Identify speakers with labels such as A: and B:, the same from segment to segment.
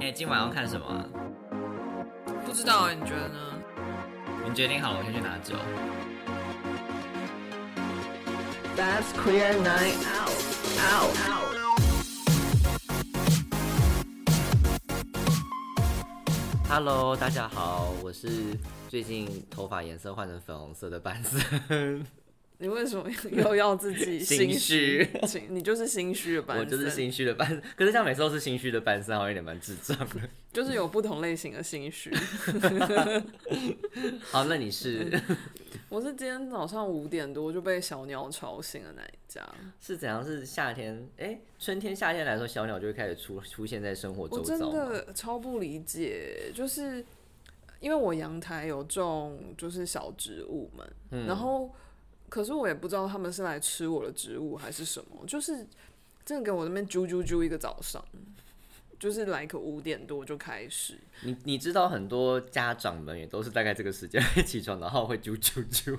A: 哎、今晚要看什么啊？
B: 不知道、你觉得呢？
A: 你决定好了，我先去拿酒。
C: That's queer
B: 哎
C: night out. Out.
D: Hello，大家好，我是最近头发颜色换成粉红色的 半森，
B: 你为什么又要自己
D: 心虚
B: 心心你就是心虚的吧？
D: 我就是
B: 你
D: 心虚的半，可是像每次都是心虚的半森，好像有点蛮智障 的。
B: 就是有不同类型的心虚。
D: 好，那你是
B: 我是今天早上五点多就被小鸟吵醒的那一家，
D: 是怎样？是夏天？哎、春天、夏天来说，小鸟就会开始出出现在生活
B: 我
D: 周
B: 真
D: 遭吗。
B: 的超不理解，就是因为我阳台有种就是小植物们，
D: 嗯
B: 然后可是我也不知道他们是来吃我的植物还是什么，就是真的给我那边啾啾啾一个早上，就是来个五点多就开始。
D: 你你知道很多家长们也都是大概这个时间会起床，然后会啾啾啾，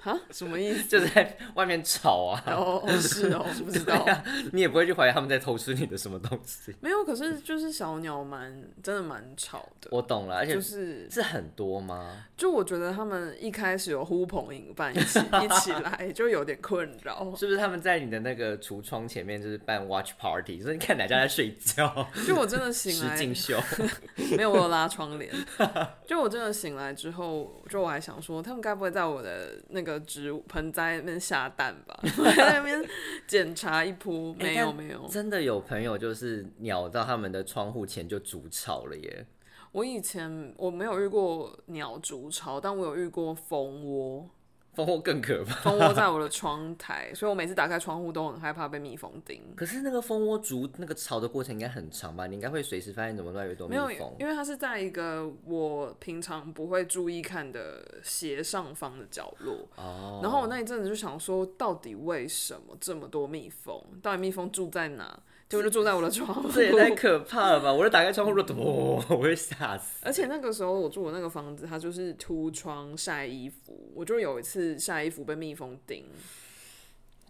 B: 啊？什么意思？
D: 就在外面吵啊。
B: 哦，哦是哦，我不知
D: 对
B: 道。
D: 啊，你也不会去怀疑他们在偷吃你的什么东西。
B: 没有，可是就是小鸟蛮真的蛮吵的，
D: 我懂了，而且
B: 就是
D: 是很多吗？
B: 就我觉得他们一开始有呼朋引伴一起一起来，就有点困扰。
D: 是不是他们在你的那个橱窗前面就是办 watch party，所以看哪家在睡觉？
B: 就我真的醒
D: 石
B: 来
D: 进 秀，
B: 没有，我有拉窗帘。就我真的醒来之后，就我还想说，他们该不会在我的那个植物盆栽那边下蛋吧？ 我在那边检查一波，没有
D: 但
B: 没有。
D: 真的有朋友就是鸟到他们的窗户前就筑巢了耶。
B: 我以前我没有遇过鸟筑巢，但我有遇过蜂窝。
D: 蜂窝更可怕，
B: 蜂窝在我的窗台，所以我每次打开窗户都很害怕被蜜蜂叮。
D: 可是那个蜂窝筑那个巢的过程应该很长吧？你应该会随时发现怎么乱有一朵
B: 没
D: 蜜
B: 有，
D: 蜂。
B: 因为它是在一个我平常不会注意看的斜上方的角落。
D: 哦，
B: 然后我那一阵子就想说，到底为什么这么多蜜蜂？到底蜜蜂住在哪？结果就住在 我的窗户。
D: 这也太可怕了吧！我就打开窗户，咚，我会吓死。
B: 而且那个时候我住的那个房子，它就是凸窗晒衣服。我就有一次晒衣服被蜜蜂叮，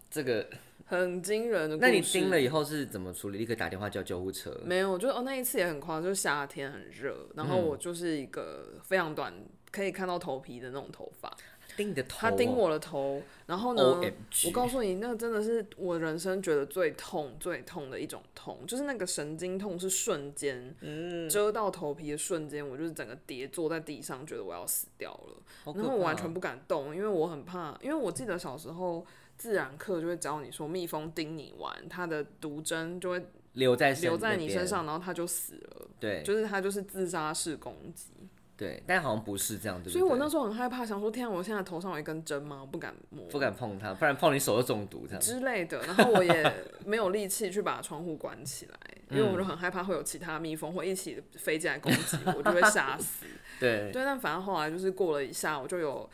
D: 这个，
B: 很惊人的故
D: 那
B: 事。
D: 你叮了以后是怎么处理？立刻打电话叫救护车。
B: 没有，就哦那一次也很夸张，就是夏天很热，然
D: 嗯
B: 后我就是一个非常短，可以看到头皮的那种头发，
D: 叮你的头、啊
B: 他叮。我的头，然后呢
D: OMG
B: 我告诉你，那真的是我人生觉得最痛、最痛的一种痛，就是那个神经痛是瞬间，
D: 嗯
B: 遮到头皮的瞬间，我就是整个跌坐在地上，觉得我要死掉了。
D: 好可
B: 然后我完全
D: 怕哦
B: 不敢动，因为我很怕，因为我记得小时候自然课就会教你说，蜜蜂叮你完，它的毒针就会
D: 留在身
B: 留在你
D: 那边哎
B: 身，上，然后它就死了，
D: 对，
B: 就是它就是自杀式攻击。
D: 对，但好像不是这样，对不对？
B: 所以我那时候很害怕，想说天、啊，我现在头上有一根针吗？我不敢 摸，
D: 不敢碰它，不然碰你手就中毒这样。
B: 之类的。然后我也没有力气去把窗户关起来，因为我就很害怕会有其他蜜蜂会一起飞进来攻击我，我就会吓死。
D: 对，
B: 对，但反正后来就是过了一下，我就有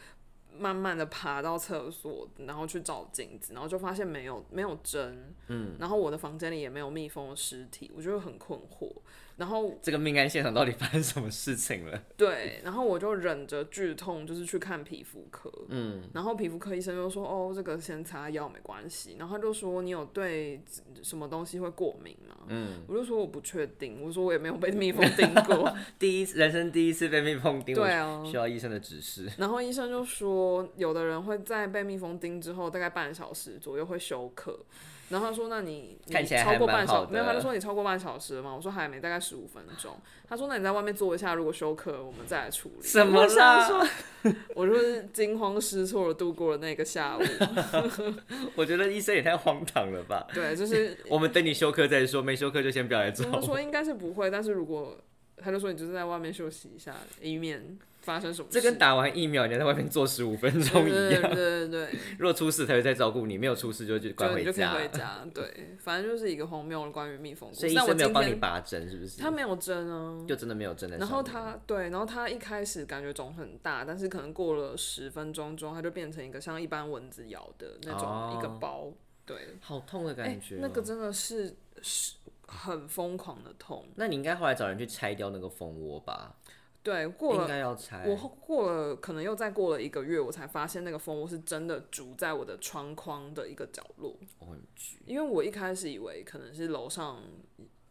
B: 慢慢的爬到厕所，然后去照镜子，然后就发现没有没有针，嗯，然后我的房间里也没有蜜蜂的尸体，我就很困惑。然后
D: 这个命案现场到底发生什么事情了？
B: 对，然后我就忍着剧痛，就是去看皮肤科。嗯，然后皮肤科医生就说：“哦，这个先擦药没关系。”然后他就说：“你有对什么东西会过敏吗？”嗯，我就说我不确定，我说我也没有被蜜蜂叮过。
D: 第一次人生第一次被蜜蜂叮，
B: 对啊
D: 我需要医生的指示。
B: 然后医生就说，有的人会在被蜜蜂叮之后，大概半小时左右会休克。然后他说：“那你你
D: 看起来
B: 超
D: 还
B: 过
D: 蛮
B: 半
D: 好
B: 小
D: 的
B: 没有？”他就说：“你超过半小时了吗？”我说：“还没，大概十五分钟。”他说：“那你在外面坐一下，如果休克了，我们再来处理。”
D: 什么
B: 我想
D: 啦
B: 说，我就是惊慌失措的度过了那个下午。
D: 我觉得医生也太荒唐了吧！
B: 对，就是
D: 我们等你休克再说，没休克就先不要来
B: 我
D: 找
B: 就
D: 我。
B: 说应该是不会，但是如果他就说你就是在外面休息一下，以免发生什么事。
D: 这跟打完疫苗你要在外面坐十五分钟一
B: 对对
D: 样，
B: 对对对。
D: 若出事才会再照顾你，没有出事就就关
B: 就你
D: 回
B: 就可以
D: 家。
B: 回家。对，反正就是一个荒谬的关于蜜蜂故
D: 所
B: 事。
D: 以医
B: 但我
D: 生没有
B: 今
D: 帮你
B: 天
D: 拔针，是不是？
B: 他没有针啊。
D: 就真的没有针在上面。
B: 然后他对，然后他一开始感觉肿很大，但是可能过了十分钟之后，他就变成一个像一般蚊子咬的那种一个
D: 哦
B: 包。对，
D: 好痛的
B: 哎
D: 感觉、，哦
B: 那个。真的是是很疯狂的痛。
D: 那你应该后来找人去拆掉那个蜂窝吧？
B: 对，过
D: 应
B: 了
D: 该要拆。
B: 我后过了可能又再过了一个月，我才发现那个蜂窝是真的住在我的窗框的一个角落。
D: OMG
B: 因为我一开始以为可能是楼上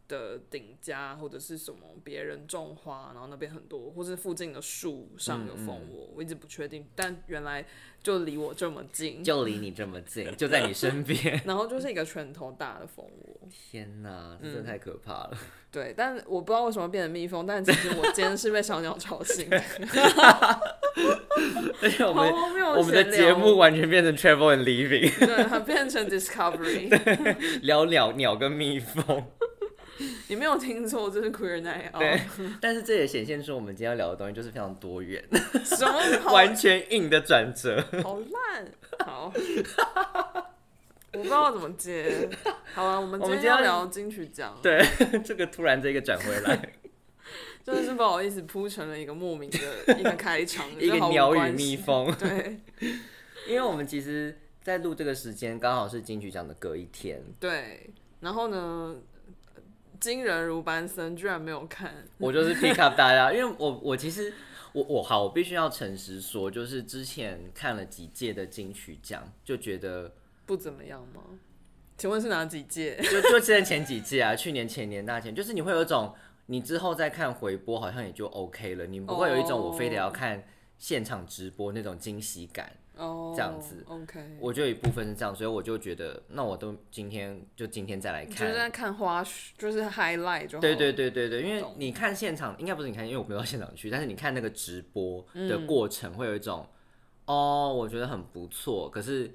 B: 的顶家或者是什么别人种花，然后那边很多，或是附近的树上有蜂
D: 嗯
B: 窝，我一直不确定，但原来就离我这么近，
D: 就离你这么近，就在你身边。
B: 然后就是一个拳头大的蜂窝，
D: 天哪，这真的
B: 嗯
D: 太可怕了！
B: 对，但我不知道为什么变成蜜蜂，但其实我今天是被小鸟吵醒的，
D: 而 且我们
B: 好荒谬
D: 我们的
B: 闲
D: 节
B: 聊哦
D: 目完全变成 travel and living，
B: 对，它变成 discovery，
D: 聊鸟鸟跟蜜
B: 哦
D: 蜂。
B: 你没有听错，这是 queer night 哦 out，
D: 对， 但是这也显现出我们今天要聊的东西就是非常多元，
B: 什么好
D: 完全硬的转折。
B: 好烂，好，我不知道怎么接。好啊，我们
D: 我
B: 今
D: 们
B: 天要
D: 今天
B: 聊金曲奖，
D: 对，这个突然这个转回 来，
B: 真的是不好意思铺成了一个莫名 的一个开场，
D: 一个
B: 就毫无
D: 鸟与
B: 关系
D: 蜜。蜂。
B: 对
D: 因为我们其实，在录这个时间刚好是金曲奖的隔一天，
B: 对，然后呢，惊人如班森居然没有看，
D: 我就是 pick up 大家，因 为我我其实我我好，我必须要诚实说，就是之前看了几届的金曲奖，就觉得
B: 不怎么样吗？请问是哪几届？
D: 就就之前前几届啊，去年、前年、大前，就是你会有一种你之后再看回播好像也就 OK 了，你不会有一种
B: 哦
D: 我非得要看现场直播那种惊喜感。
B: 哦，
D: 这样子
B: ，OK，
D: 我就有一部分是这样，所以我就觉得那我都今天就今天再来
B: 你就是在
D: 看。
B: 看花絮，就是 highlight 就好。
D: 对对，对对对，因为
B: 懂
D: 你看现场，应该不是你看，因为我没有到现场去，但是你看那个直播
B: 嗯
D: 的过程，会有一种、哦，我觉得很不错，可是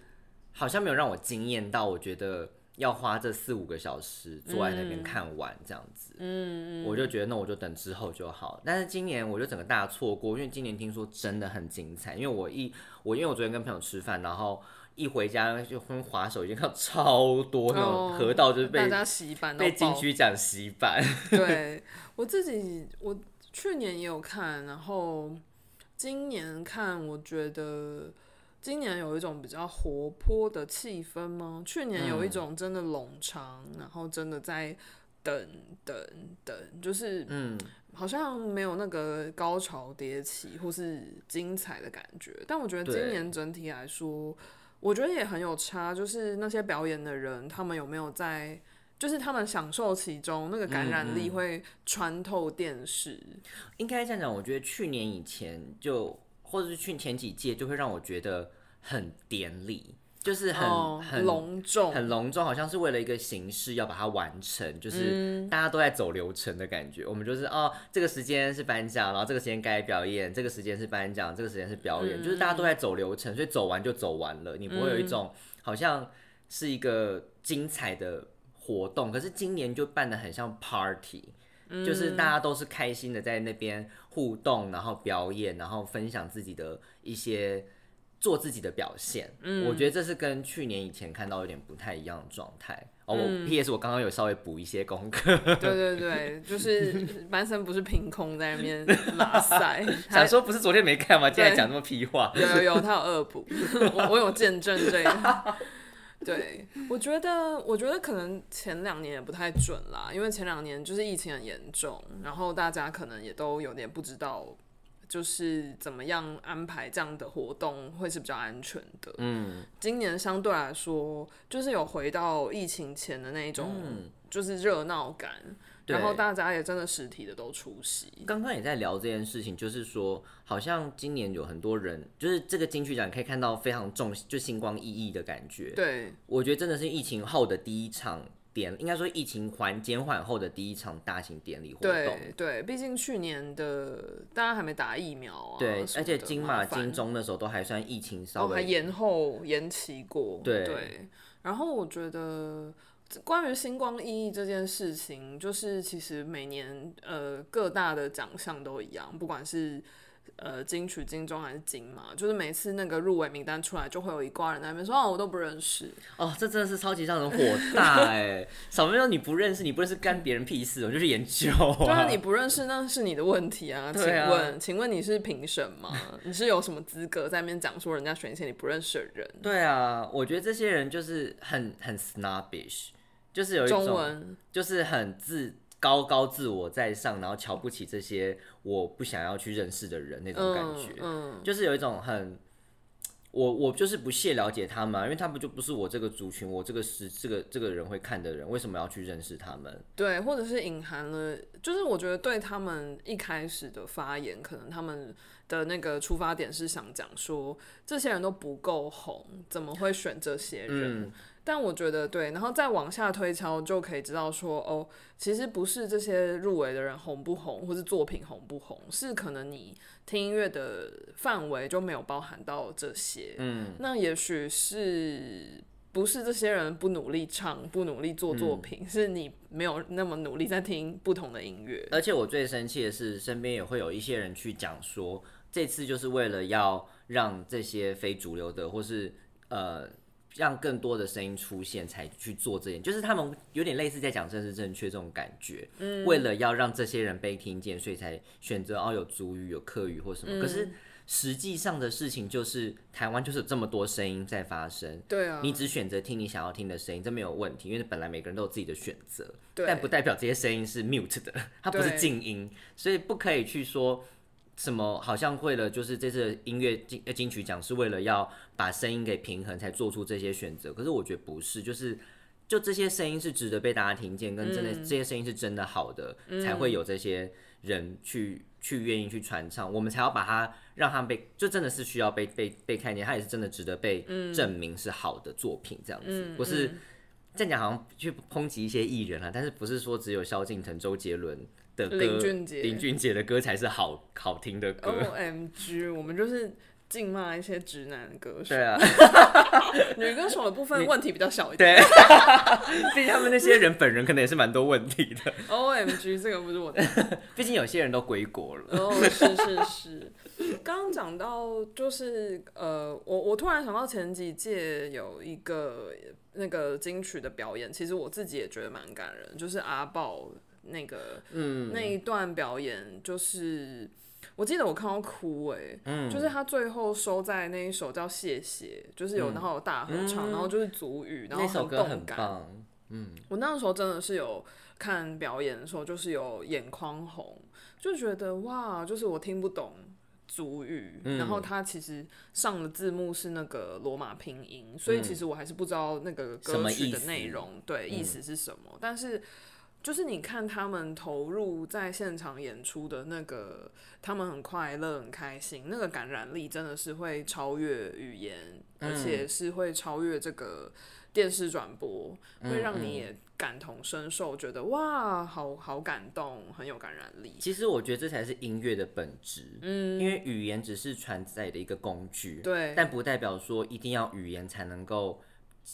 D: 好像没有让我惊艳到，我觉得要花这四五个小时坐在那边看完这样子。
B: 嗯，
D: 我就觉得那我就等之后就好。但是今年我就整个大错过，因为今年听说真的很精彩。因为我一我因为我昨天跟朋友吃饭，然后一回家就跟滑手机，看 到超多那种
B: 哦
D: 河道就是被、
B: 大家洗版到
D: 被金
B: 爆
D: 曲奖洗版。
B: 对我自己，我去年也有看，然后今年看，我觉得今年有一种比较活泼的气氛吗？去年有一
D: 嗯
B: 种真的冗长，然后真的在等等等，就是
D: 嗯，
B: 好像没有那个高潮迭起或是精彩的感觉。但我觉得今
D: 对
B: 年整体来说，我觉得也很有差，就是那些表演的人，他们有没有在，就是他们享受其中，那个感染
D: 嗯
B: 力会穿透电视。
D: 应该这样讲，我觉得去年以前就或者是去前几届就会让我觉得很典礼，就是很、
B: 哦，
D: 很
B: 隆重，嗯
D: 很隆重，好像是为了一个形式要把它完成，就是大家都在走流程的感觉。我们就是哦，这个时间是颁奖，然后这个时间该表演，这个时间是颁奖，这个时间是表演，就是大家都在走流程，所以走完就走完了，你不会有一种、好像是一个精彩的活动。可是今年就办的很像 party。就是大家都是开心的在那边互动，然后表演，然后分享自己的一些做自己的表现。嗯，我觉得这是跟去年以前看到有点不太一样的状态。哦，我 P.S. 我刚刚有稍微补一些功课，
B: 对对对，就是 班森不是凭空在那边拉 塞，他
D: 想说不是昨天没看吗？竟然
B: 对
D: 讲那么屁话。
B: 有有有，他有恶补， 我我有见证这个。对，我觉得，我觉得可能前两年也不太准啦，因为前两年就是疫情很严重，然后大家可能也都有点不知道，就是怎么样安排这样的活动会是比较安全的。
D: 嗯，
B: 今年相对来说，就是有回到疫情前的那一种，
D: 嗯
B: 就是热闹感，
D: 对
B: 然后大家也真的实体的都出席。
D: 刚刚也在聊这件事情，就是说，好像今年有很多人，就是这个金曲奖可以看到非常重，就星光熠熠的感觉。
B: 对，
D: 我觉得真的是疫情后的第一场典，应该说疫情缓减缓后的第一场大型典礼活动。
B: 对对，毕竟去年的大家还没打疫苗啊，
D: 对，
B: 什
D: 而
B: 么
D: 且
B: 的
D: 金
B: 麻
D: 马、
B: 烦
D: 金钟那时候都还算疫情稍
B: 哦还
D: 微、
B: 延后延期过，
D: 对
B: 然后我觉得。这关于星光熠熠这件事情，就是其实每年呃各大的奖项都一样，不管是呃金曲、金钟还是金马，就是每次那个入围名单出来，就会有一挂人在那边说哦我都不认识，
D: 哦，这真的是超级让人火 大哎！小朋友你不认识，你不认识干别人屁事哦，就是研究、啊。
B: 就算你不认识，那是你的问题啊。请
D: 对啊
B: 问，请问你是凭什么？ 你是有什么资格在那边讲说人家选一些你不认识的人？
D: 对啊，我觉得这些人就是很很 snobbish，就是有一
B: 中
D: 种
B: 文
D: 就是很自高高自我在上，然后瞧不起这些我不想要去认识的人那种感觉。
B: 嗯，嗯
D: 就是有一种很，我我就是不屑了解他们、啊，因为他们就不是我这个族群，我这个是这个这个人会看的人，为什么要去认识他们？
B: 对，或者是隐含了，就是我觉得对他们一开始的发言，可能他们的那个出发点是想讲说，这些人都不够红，怎么会选这些人？
D: 嗯
B: 但我觉得对，然后再往下推敲就可以知道说，哦，其实不是这些入围的人红不红，或是作品红不红，是可能你听音乐的范围就没有包含到这些。
D: 嗯，
B: 那也许是不是这些人不努力唱、不努力做作品，是你没有那么努力在听不同的音乐。
D: 而且我最生气的是，身边也会有一些人去讲说，这次就是为了要让这些非主流的，或是呃让更多的声音出现，才去做这件，就是他们有点类似在讲政治正确这种感觉。嗯，为了要让这些人被听见，所以才选择哦有族语、有客语或什么。可是实际上的事情就是，台湾就是有这么多声音在发生。
B: 对啊，
D: 你只选择听你想要听的声音，这没有问题，因为本来每个人都有自己的选择，
B: 对
D: 但不代表这些声音是 mute 的，它不是
B: 对
D: 静音，所以不可以去说什么好像为了就是这次的音乐金呃金曲奖是为了要把声音给平衡才做出这些选择，可是我觉得不是，就是。就这些声音是值得被大家听见，跟真的、
B: 嗯
D: 这些声音是真的好的，才会有这些人去去愿意去传唱，我们才要把它让他们被，就真的是需要被被被看见，它也是真的值得被证明是好的作品这样子，不是。这样讲好像去抨击一些艺人啊，但是不是说只有萧敬腾、周杰伦的歌、
B: 林俊杰
D: 林俊杰的哦歌才是好好听的歌？
B: O M G，我们就是禁骂一些直男歌手
D: 对，啊，
B: 女歌手的部分问题比较小一点。
D: 对，毕竟他们那些人本人可能也是蛮多问题的，
B: O M G，这个不是我的。
D: 毕竟有些人都归国了。
B: 哦，是是是，刚刚讲到就是呃，我我突然想到前几届有一个那个金曲的表演，其实我自己也觉得蛮感人，就是阿豹那个嗯那一段表演，就是我记得我看到哭哎、嗯，就是他最后收在那一首叫谢谢，就是有然后有大合唱，然后就是足语，然后
D: 嗯那首歌
B: 动
D: 很
B: 感，
D: 棒，
B: 我那时候真的是有看表演的时候，就是有眼眶红，就觉得哇，就是我听不懂主语，
D: 嗯
B: 然后它其实上的字幕是那个罗马拼音，所以其实我还是不知道那个
D: 嗯什
B: 歌
D: 么
B: 曲
D: 意
B: 的
D: 思嗯
B: 内容，对，意思是什么，但是。就是你看他们投入在现场演出的那个，他们很快乐、很开心，那个感染力真的是会超越语言，而且是会超越这个电视转播，会让你也感同身受，觉得哇，好好感动，很有感染力。
D: 其实我觉得这才是音乐的本质，嗯，因为语言只是传载的一个工具，
B: 对
D: 但不代表说一定要语言才能够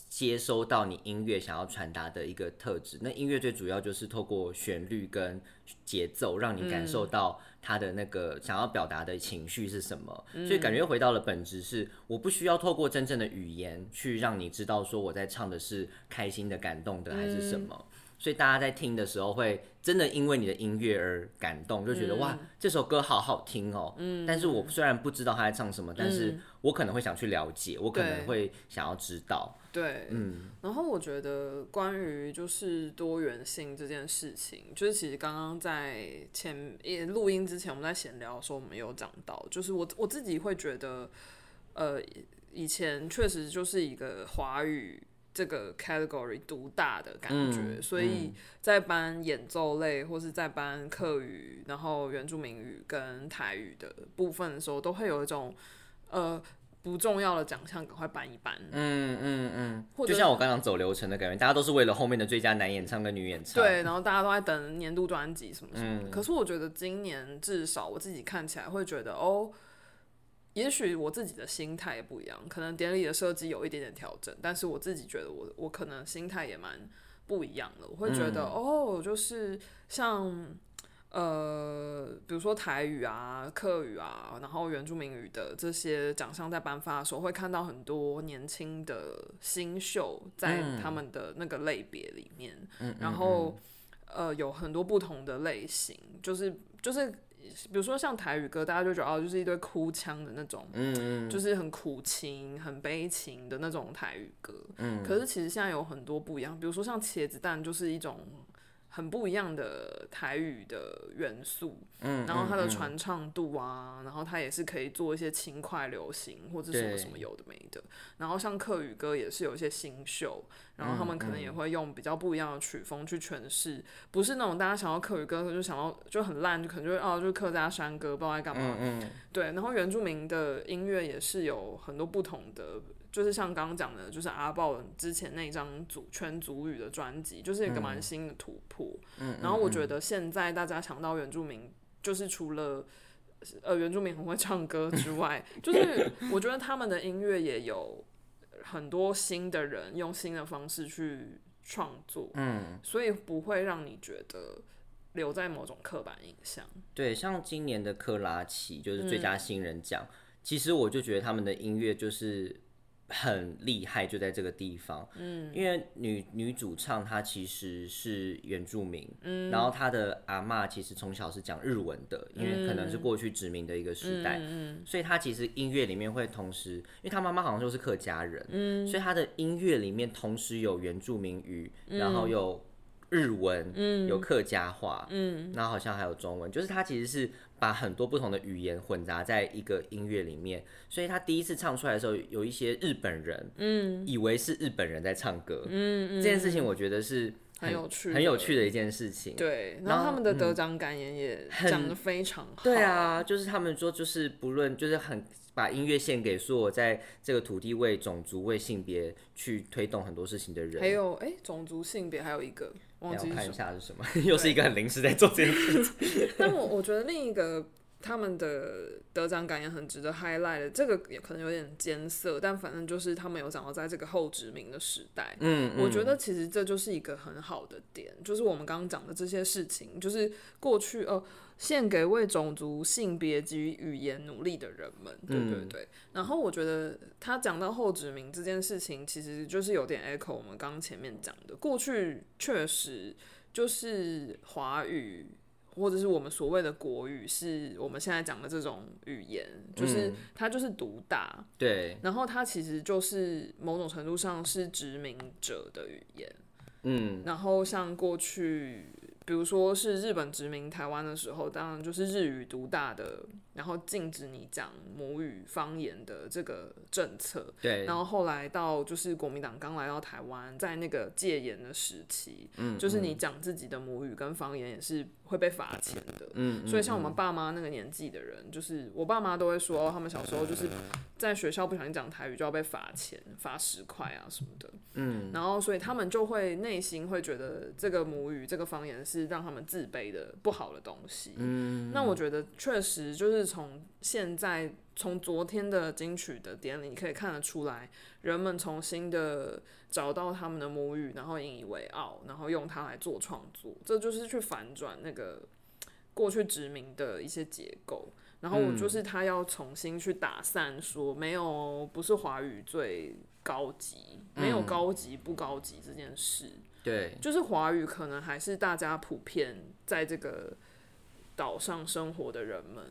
D: 接收到你音乐想要传达的一个特质。那音乐最主要就是透过旋律跟节奏，让你感受到它的那个想要表达的情绪是什么。所以感觉又回到了本质是，我不需要透过真正的语言去让你知道说我在唱的是开心的、感动的还是什么。所以大家在听的时候，会真的因为你的音乐而感动，就觉得、哇，这首歌好好听哦。嗯，但是我虽然不知道他在唱什么，但是我可能会想去了解，我可能
B: 对
D: 会想要知道。
B: 对，
D: 嗯，
B: 然后我觉得关于就是多元性这件事情，就是其实刚刚在前也录音之前，我们在闲聊的时候，我们有讲到，就是我我自己会觉得，呃，以前确实就是一个华语这个 category 独大的感觉，
D: 嗯
B: 所以在搬演奏类或是在搬客语，然后原住民语跟台语的部分的时候，都会有一种呃。不重要的奖项，赶快搬一搬。
D: 嗯嗯
B: 或
D: 嗯，
B: 者
D: 就像我刚刚走流程的感觉，大家都是为了后面的最佳男演唱跟女演唱。
B: 对，，然后大家都在等年度专辑什么什么的。可是我觉得今年至少我自己看起来会觉得，哦，也许我自己的心态也不一样，可能典礼的设计有一点点调整，但是我自己觉得我我可能心态也蛮不一样的。我会觉得，哦，就是像。呃，比如说台语啊、客语啊，然后原住民语的这些奖项在颁发的时候，会看到很多年轻的新秀在他们的那个类别里面，
D: 嗯
B: 然后呃有很多不同的类型，就是就是比如说像台语歌，大家就觉得哦，就是一堆哭腔的那种，
D: 嗯嗯，
B: 就是很苦情、很悲情的
D: 嗯
B: 那种台语歌。可是其实现在有很多不一样，比如说像茄子蛋，就是一种很不一样的台语的元素，
D: 嗯，
B: 然后它的
D: 嗯嗯
B: 传唱度啊，然后它也是可以做一些轻快流行或者什么
D: 对
B: 什么有的没的。然后像客语歌也是有一些新秀，然后他们可能也会用比较不一样的曲风去诠释，不是那种大家想到客语歌就想到就很烂，就可能就会哦就客家山歌，不知道在干嘛。
D: 嗯嗯，
B: 对，然后原住民的音乐也是有很多不同的，就是像刚刚讲的，就是阿豹之前那张组全组语的专辑，就是一个蛮新的突破。嗯，然后我觉得现在大家想到原住民，就是除了呃原住民很会唱歌之外， 就是我觉得他们的音乐也有很多新的人用新的方式去创作，
D: 嗯，
B: 所以不会让你觉得留在某种刻板印象。
D: 对，像今年的克拉奇就是
B: 嗯
D: 最佳新人奖，其实我就觉得他们的音乐就是很厉害，就在这个地方。嗯，因为女女主唱她其实是原住民，嗯，然后她的阿嬷其实从小是讲日文的，因为可
B: 嗯
D: 能是过去殖民的一个时代，嗯，所以她其实音乐里面会同时，因为她妈妈好像就是客家人，嗯，所以她的音乐里面同时有原住民语，
B: 嗯
D: 然后有。日文，嗯，有客家话，嗯，然后好像还有中文，就是他其实是把很多不同的语言混杂在一个音乐里面，所以他第一次唱出来的时候，有一些日本人，嗯，以为是日本人在唱歌，嗯，这件事情我觉得是
B: 很有趣
D: 很有
B: 的
D: 趣的一件事情，
B: 对，
D: 然
B: 然后他
D: 后嗯
B: 们的得奖感言也讲
D: 很
B: 得非常好。
D: 对，啊，就是他们说，就是不论就是很把音乐献给所有在这个土地为种族为性别去推动很多事情的人，
B: 还有哎、诶种族性别还有一个忘
D: 哎
B: 记
D: 我
B: 是
D: 看
B: 什
D: 一
B: 么，
D: 下是什么， 又是一个很临时在做这件 事情，
B: 但我我觉得另一个他们的得奖感言很值得 highlight 的，这个也可能有点艰涩，但反正就是他们有讲到在这个后殖民的时代，
D: 嗯，
B: 我觉得其实这就是一个很好的点，就是我们刚刚讲的这些事情，就是过去呃献给为种族、性别及语言努力的人们，对对
D: 嗯
B: 对。然后我觉得他讲到后殖民这件事情，其实就是有点 echo 我们刚刚前面讲的，过去确实就是华语。或者是我们所谓的国语，是我们现在讲的这种语言，就是
D: 嗯
B: 它就是独大，
D: 对，
B: 然后它其实就是某种程度上是殖民者的语言。
D: 嗯，
B: 然后像过去，比如说是日本殖民台湾的时候，当然就是日语独大的，然后禁止你讲母语方言的这个政策。
D: 对，
B: 然后后来到就是国民党刚来到台湾，在那个戒严的时期，嗯，就是你讲自己的母语跟方言也是会被罚钱的，
D: 嗯，
B: 所以像我们爸妈那个年纪的人，就是我爸妈都会说，哦他们小时候就是在学校不小心讲台语就要被罚钱，罚十块啊什么的，嗯，然后所以他们就会内心会觉得这个母语这个方言是让他们自卑的不好的东西，嗯，那我觉得确实就是从现在从昨天的金曲的典礼可以看得出来，人们重新的找到他们的母语，然后引以为傲，然后用它来做创作，这就是去反转那个过去殖民的一些结构。然后就是他要重新去打散说，没有不是华语最高级，没有高级不高级这件事，
D: 对，
B: 就是华语可能还是大家普遍在这个岛上生活的人们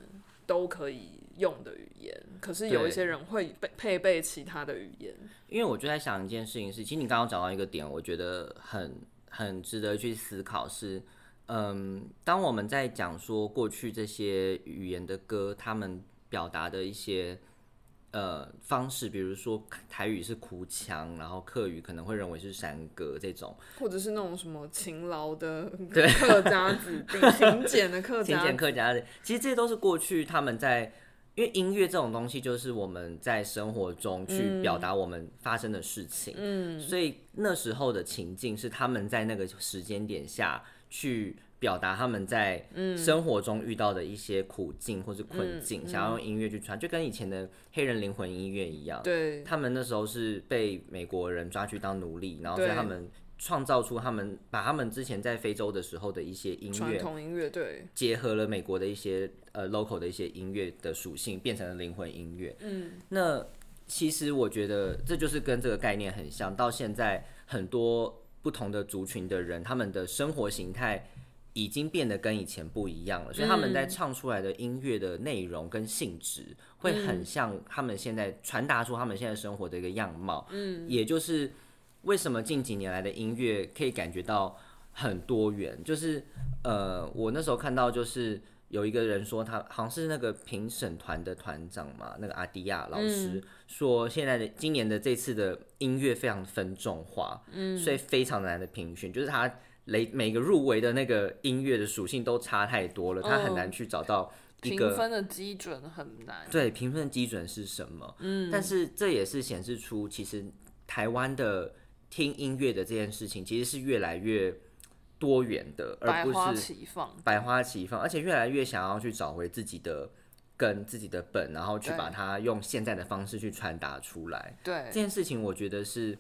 B: 都可以用的语言，可是有
D: 对
B: 一些人会配配备其他的语言。
D: 因为我就在想一件事情是，其实你刚刚讲到一个点，我觉得很很值得去思考是，嗯，当我们在讲说过去这些语言的歌，他们表达的一些呃方式，比如说台语是哭腔，然后客语可能会认为是山歌这种，
B: 或者是那种什么勤劳的客家子弟、勤俭的客
D: 勤
B: 家
D: 俭客家的，其实这些都是过去他们在，因为音乐这种东西就是我们在生活中
B: 嗯
D: 去表达我们发生的事情，嗯，所以那时候的情境是他们在那个时间点下去表达他们在
B: 嗯
D: 生活中遇到的一些苦境或是困境，想要用音乐去传，就跟以前的黑人灵魂音乐一样，
B: 嗯对
D: 他们那时候是被美国人抓去当奴隶，然后所以
B: 对
D: 他们。创造出他们把他们之前在非洲的时候的一些音
B: 传
D: 乐，
B: 统音乐，对
D: 结合了美国的一些呃 local 的一些音乐的属性，变成了灵魂音乐。嗯，那其实我觉得这就是跟这个概念很像。到现在，很多不同的族群的人，他们的生活形态已经变得跟以前不一样了，所以他们在唱出来的音乐的内容跟性质会很像他们现在传达出他们现在生活的一个样貌。嗯，也就是为什么近几年来的音乐可以感觉到。很多元，就是呃，我那时候看到就是有一个人说他好像是那个评审团的团长嘛，那个阿迪亚老师、说现在的今年的这次的音乐非常分众化，嗯，所以非常难的评选，就是他每每个入围的那个音乐的属性都差太多了，他很
B: 哦
D: 难去找到一
B: 评
D: 个
B: 分的基准很难。
D: 对评分基准是什么？嗯，但是这也是显示出其实台湾的听音乐的这件事情其实是越来越多元的，而
B: 百
D: 不
B: 花
D: 是
B: 齐放，
D: 百花齐放，而且越来越想要去找回自己的根、自己的本，然后去
B: 对
D: 把它用现在的方式去传达出来。
B: 对
D: 这，件事情，我觉得是，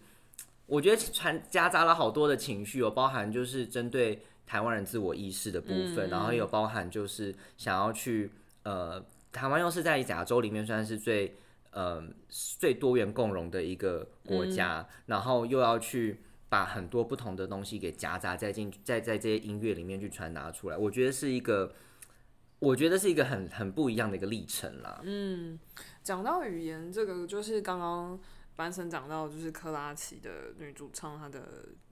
D: 我觉得传夹杂了好多的情绪哦，包含就是针对台湾人自我意识的部
B: 嗯
D: 分，然后也有包含就是想要去呃，台湾又是在亚洲里面算是最呃最多元共融的一个国
B: 嗯
D: 家，然后又要去。把很多不同的东西给夹杂在进，在在这些音乐里面去传达出来，我觉得是一个，我觉得是一个很很不一样的一个历程啦。
B: 嗯讲到语言这个，就是刚刚班森讲到，就是克拉奇的女主唱她的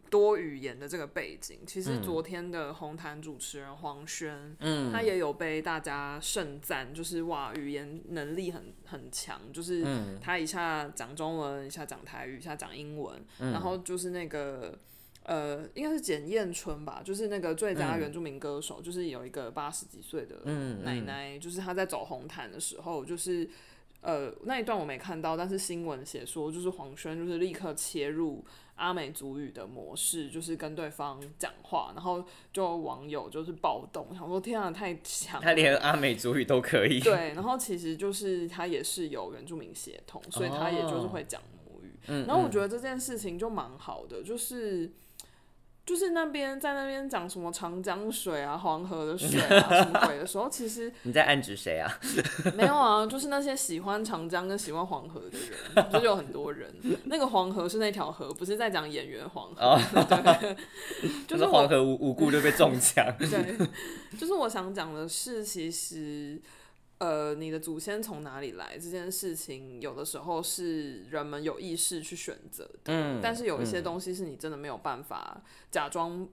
B: 多语言的这个背景。其实昨天的红毯主持人黄轩，嗯，他也有被大家盛赞，就是哇，语言能力很很强，就是
D: 嗯
B: 他一下讲中文，一下讲台语，一下讲英文，
D: 嗯
B: 然后就是那个。呃，应该是简彦春吧，就是那个最佳原住民歌手，就是有一个八十几岁的
D: 嗯嗯
B: 奶奶，就是她在走红毯的时候，就是呃那一段我没看到，但是新闻写说，就是黄轩就是立刻切入阿美族语的模式，就是跟对方讲话，然后就网友就是暴动，想说天啊，太强
D: 他
B: 了。
D: 连阿美族语都可 以，
B: 对，然后其实就是他也是有原住民血统，所以他也就是
D: 哦
B: 会讲母语。
D: 嗯
B: 然后我觉得这件事情就蛮好的，就是就是那边在那边讲什么长江水啊、黄河的水啊什么鬼的时候，其实
D: 你在暗指谁啊？
B: 没有啊，就是那些喜欢长江跟喜欢黄河的人，就是有很多人。那个黄河是那条河，不是在讲演员黄河。
D: 哦
B: 对， 就
D: 那
B: 是我
D: 黄河无无故就被中奖。
B: 对，就是我想讲的是，其实呃，你的祖先从哪里来这件事情，有的时候是人们有意识去选择的，
D: 嗯
B: 但是有一些东西是你真的没有办法假装。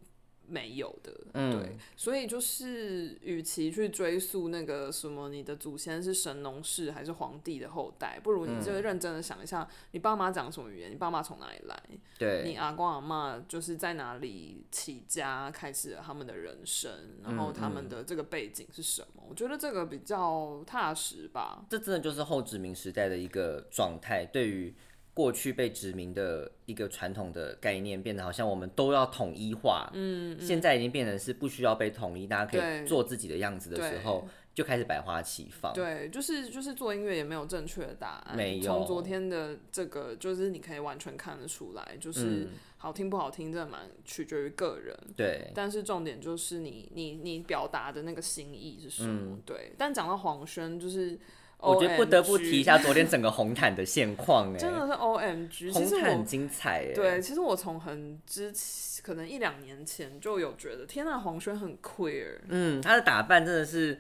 B: 没有的，对，所以就是，与其去追溯那个什么你的祖先是神农氏还是皇帝的后代，不如你就
D: 嗯
B: 认真的想一下，你爸妈讲什么语言，你爸妈从哪里来，你
D: 对，
B: 阿公阿妈就是在哪里起家，开始了他们的人生，然
D: 嗯
B: 后他们的这个背景是什么？我觉得这个比较踏实吧。
D: 这真的就是后殖民时代的一个状态，对于过去被殖民的一个传统的概念，变得好像我们都要统一化。嗯，现在已经变成是不需要被统一，大家可
B: 对
D: 以做自己的样子的时候，就开始百花齐放。
B: 对，就是就是做音乐也没有正确的答案，
D: 没有
B: 从昨天的这个，就是你可以完全看得出来，
D: 嗯
B: 就是好听不好听，真的蛮取决于个人。
D: 对，
B: 但是重点就是你你你表达的那个心意是什么？对。但讲到黄轩，就是
D: 嗯我觉得不得不
B: OMG
D: 提一下昨天整个红毯的现 况，
B: 真的
D: 哎，
B: 是 O M G，其
D: 红
B: 实
D: 毯
B: 我
D: 很精彩，哎，
B: 对，其实我从很之前，可能一两年前就有觉得，天呐，黄轩很 queer，、
D: 嗯，她的打扮真的是，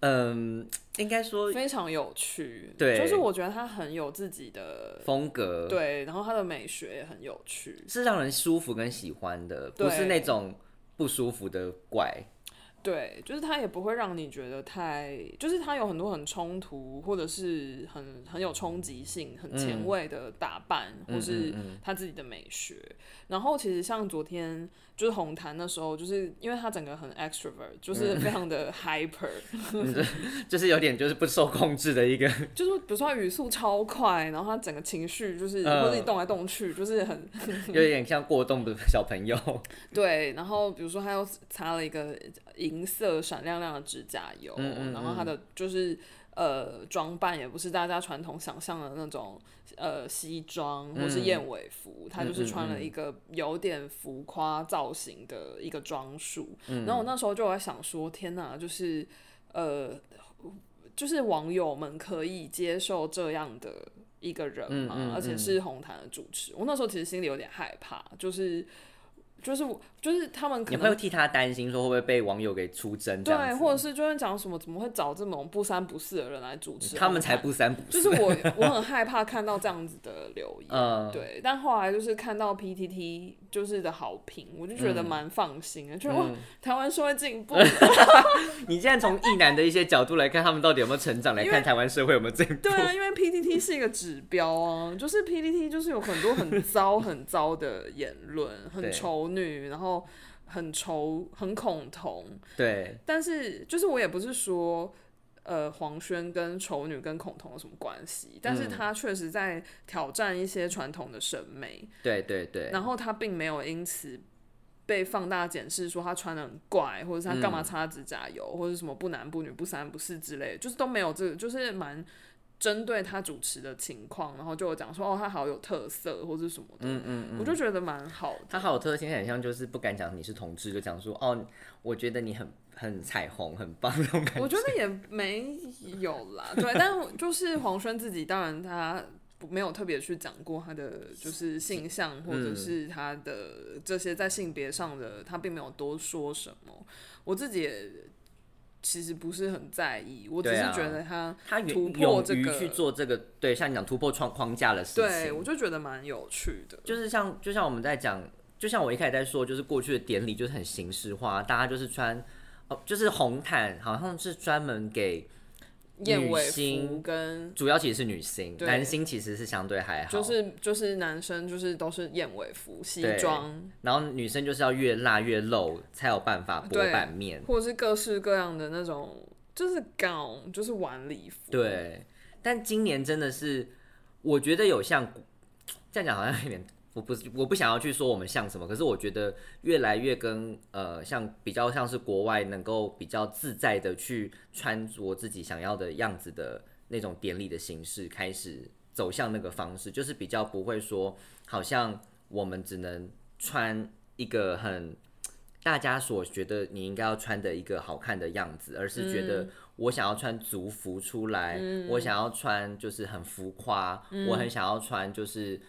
D: 嗯，应该说
B: 非常有趣。
D: 对
B: 就是我觉得他很有自己的
D: 风格，
B: 对，然后他的美学也很有趣。
D: 是让人舒服跟喜欢的，
B: 对
D: 不是那种不舒服的怪。
B: 对，就是他也不会让你觉得太，就是他有很多很冲突，或者是很很有冲击性、很前卫的打扮，或是他自己的美学。然后其实像昨天就是红毯的时候，就是因为他整个很 extrovert，就是非常的 hyper，、
D: 就是有点就是不受控制的一个，
B: 就是比如说他语速超快，然后他整个情绪就是、
D: 嗯
B: 或者你动来动去，就是很
D: 有点像过动的小朋友。
B: 对。然后比如说他又擦了一个银色闪亮亮的指甲油，
D: 嗯嗯嗯
B: 然后他的就是呃装扮也不是大家传统想象的那种呃西装或是
D: 嗯
B: 燕尾服，他就是穿了一个有点浮夸造型的一个装束。
D: 嗯
B: 然后我那时候就在想说，天哪，就是呃。就是网友们可以接受这样的一个人嘛，
D: 嗯嗯嗯
B: 而且是红毯的主持。我那时候其实心里有点害怕，就是就是我就是他们 可
D: 你会
B: 能
D: 替他担心，说会不会被网友给出征这样
B: 对，
D: 子？
B: 或者是就会讲什么怎么会找这种不三不四的人来主持？
D: 他们才不三不四。
B: 就是我我很害怕看到这样子的留言，
D: 嗯
B: 对。但后来就是看到 PTT 就是的好评，我就
D: 嗯
B: 觉得蛮放心的，就是哇，台湾社会进步了，
D: 你现在从异男的一些角度来看，他们到底有没有成长，来
B: 嗯因为
D: 看台湾社会有没有进 步。
B: 对啊，因为 PTT 是一个指标啊，就是 PTT 就是有很多很糟很糟的言论，很
D: 对
B: 丑女，然后很仇很恐同，
D: 对，
B: 但是就是我也不是说。呃，黄轩跟丑女跟恐同有什么关系？但是
D: 嗯
B: 他确实在挑战一些传统的审美，
D: 对对对，
B: 然后他并没有因此被放大检视，说他穿的很怪，或者是他
D: 嗯
B: 干嘛擦指甲油，或者是什么不男不女不三不四之类的，就是都没有这个，就是蛮针对他主持的情况，然后就有讲说哦，他好有特色或者什么的，
D: 嗯嗯嗯，
B: 我就觉得蛮好的。
D: 他好有特性，很像就是不敢讲你是同志，就讲说哦，我觉得你很很彩虹，很棒 那种感觉。
B: 我觉得也没有啦，对，但我就是黄轩自己，当然他不没有特别去讲过他的就是性向或
D: 嗯
B: 者是他的这些在性别上的，他并没有多说什么。我自己也其实不是很在意，我只
D: 对
B: 是
D: 啊
B: 觉得他
D: 他
B: 突
D: 勇
B: 破
D: 勇
B: 这
D: 于
B: 个
D: 去做这个，对，像你讲突破框框架的事
B: 对
D: 情，
B: 我就觉得蛮有趣的。
D: 就是像就像我们在讲，就像我一开始在说，就是过去的典礼就是很形式化，大家就是穿哦，就是红毯，好像是专门给
B: 燕尾
D: 女
B: 服
D: 星
B: 跟
D: 主要其实是女星，
B: 对
D: 男星其实是相对还好，
B: 就是就是男生就是都是燕尾服西
D: 对
B: 装，
D: 然后女生就是要越辣越露才有办法博
B: 对
D: 版面，
B: 或者是各式各样的那种。就是 gown，就是晚礼服，
D: 对，但今年真的是，我觉得有像这样讲好像有点，我不是我不想要去说我们像什么，可是我觉得越来越跟呃像比较像是国外能够比较自在的去穿着自己想要的样子的那种典礼的形式开始走向那个方式，就是比较不会说好像我们只能穿一个很。大家所觉得你应该要穿的一个好看的样子，而是觉得我想要穿族服出来，我想要穿就是很浮夸，我很想要穿就是。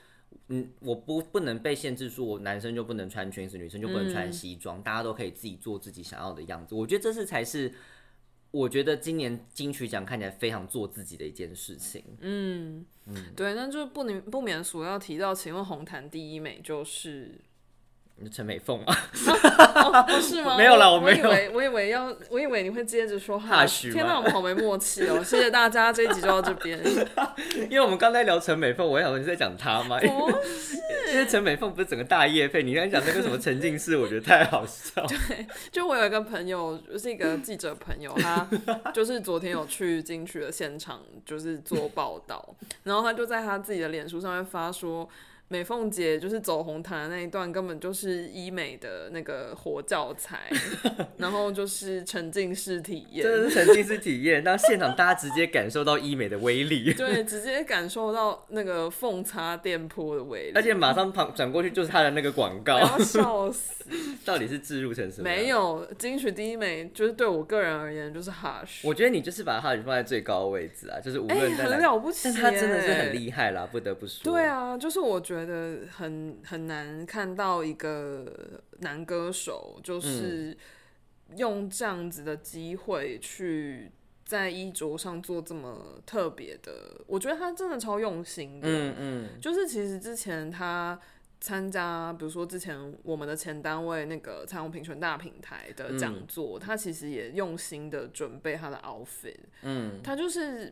D: 嗯，我不不能被限制住，我男生就不能穿裙子，女生就不能穿西装，大家都可以自己做自己想要的样子。我觉得这是才是，我觉得今年金曲奖看起来非常做自己的一件事情。
B: 嗯
D: 嗯
B: 对，那就不能不免俗要提到，请问红毯第一美 就是、
D: 你陈美凤啊，
B: 哦、不是吗？
D: 没有啦我
B: 我
D: 没有
B: 以为我以为要，我以为你会接着说哈
D: 哈许
B: 许。天哪，
D: 吗
B: 我们好没默契哦！谢谢大家，这一集就到这 边。
D: 因为我们刚才聊陈美凤，我还想说你在讲她吗？因为
B: 哦，
D: 因为陈美凤不是整个大业配，你刚才讲那个什么沉浸式，我觉得太好笑。
B: 就我有一个朋友，就是一个记者朋友，他就是昨天有去金曲的现场，就是做报道，然后他就在他自己的脸书上面发说。美凤姐就是走红毯的那一段，根本就是医美的那个活教 材，然后就是沉浸式体验，
D: 真的是沉浸式体验，让现场大家直接感受到医美的威力，
B: 对，直接感受到那个凤擦电波的威力，
D: 而且马上旁转过去就是他的那个广
B: 我
D: 告
B: 要，笑死。
D: 到底是置入成什么？
B: 没。有金曲第一美，就是对我个人而言就是 Hush，
D: 我觉得你就是把哈里放在最高位置啊，就是无
B: 哎、
D: 论在哪，
B: 很了不起、
D: 但
B: 欸，
D: 他真的是很厉害啦，不得不说。
B: 对，啊，就是我觉得很很难看到一个男歌手，就是用这样子的机会去在衣着上做这么特别的，我觉得他真的超用心的。
D: 嗯嗯，
B: 就是其实之前他参加，比如说之前我们的前单位那个彩虹平权大平台
D: 嗯
B: 的讲座，他其实也用心的准备他的 outfit，嗯，他就是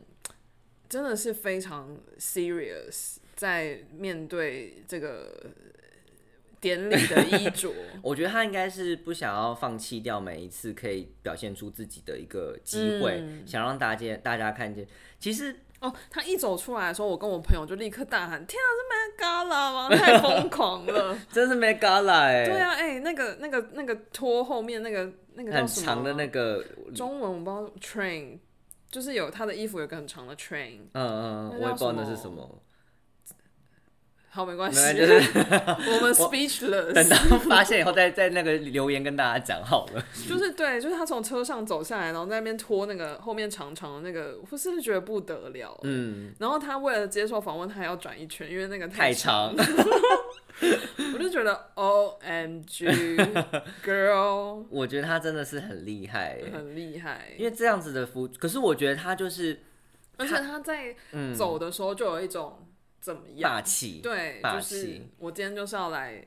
B: 真的是非常 serious 在面对这个典礼的衣 着，
D: 我觉得他应该是不想要放弃掉每一次可以表现出自己的一个机会，
B: 嗯
D: 想让大家大家看见。其实
B: 哦，他一走出来的时候，我跟我朋友就立刻大喊：“天啊，是 Met Gala 吗？太疯 狂了！”
D: 真是没 gala 哎、
B: 对啊，哎、那个、那个、那个拖后面那个、那个叫
D: 很
B: 什么
D: 长的
B: 啊
D: 那个，嗯
B: 中文我不知道，train 就是有他的衣服有个很长的 train，
D: 嗯嗯，
B: 那叫
D: 我也不知道那
B: 什么
D: 是什么。
B: 好，没关系，
D: 没关系就是
B: 我们 speechless。
D: 等到 发现以后再在那个留言跟大家讲好 了。
B: 就是对，就是他从车上走下来，然后在那边拖那个后面长长的那个，我真的觉得不得了。
D: 嗯，
B: 然后他为了接受访问，他还要转一圈，因为那个
D: 太
B: 长。
D: 长，
B: 我就觉得 O M G girl
D: 我觉得他真的是很厉害耶，
B: 很厉害，
D: 因为这样子的服，可是我觉得他就是
B: 而且他在
D: 嗯
B: 走的时候就有一种怎么
D: 霸
B: 样？
D: 气，
B: 对，
D: 霸
B: 就是
D: 气
B: 我今天就是要来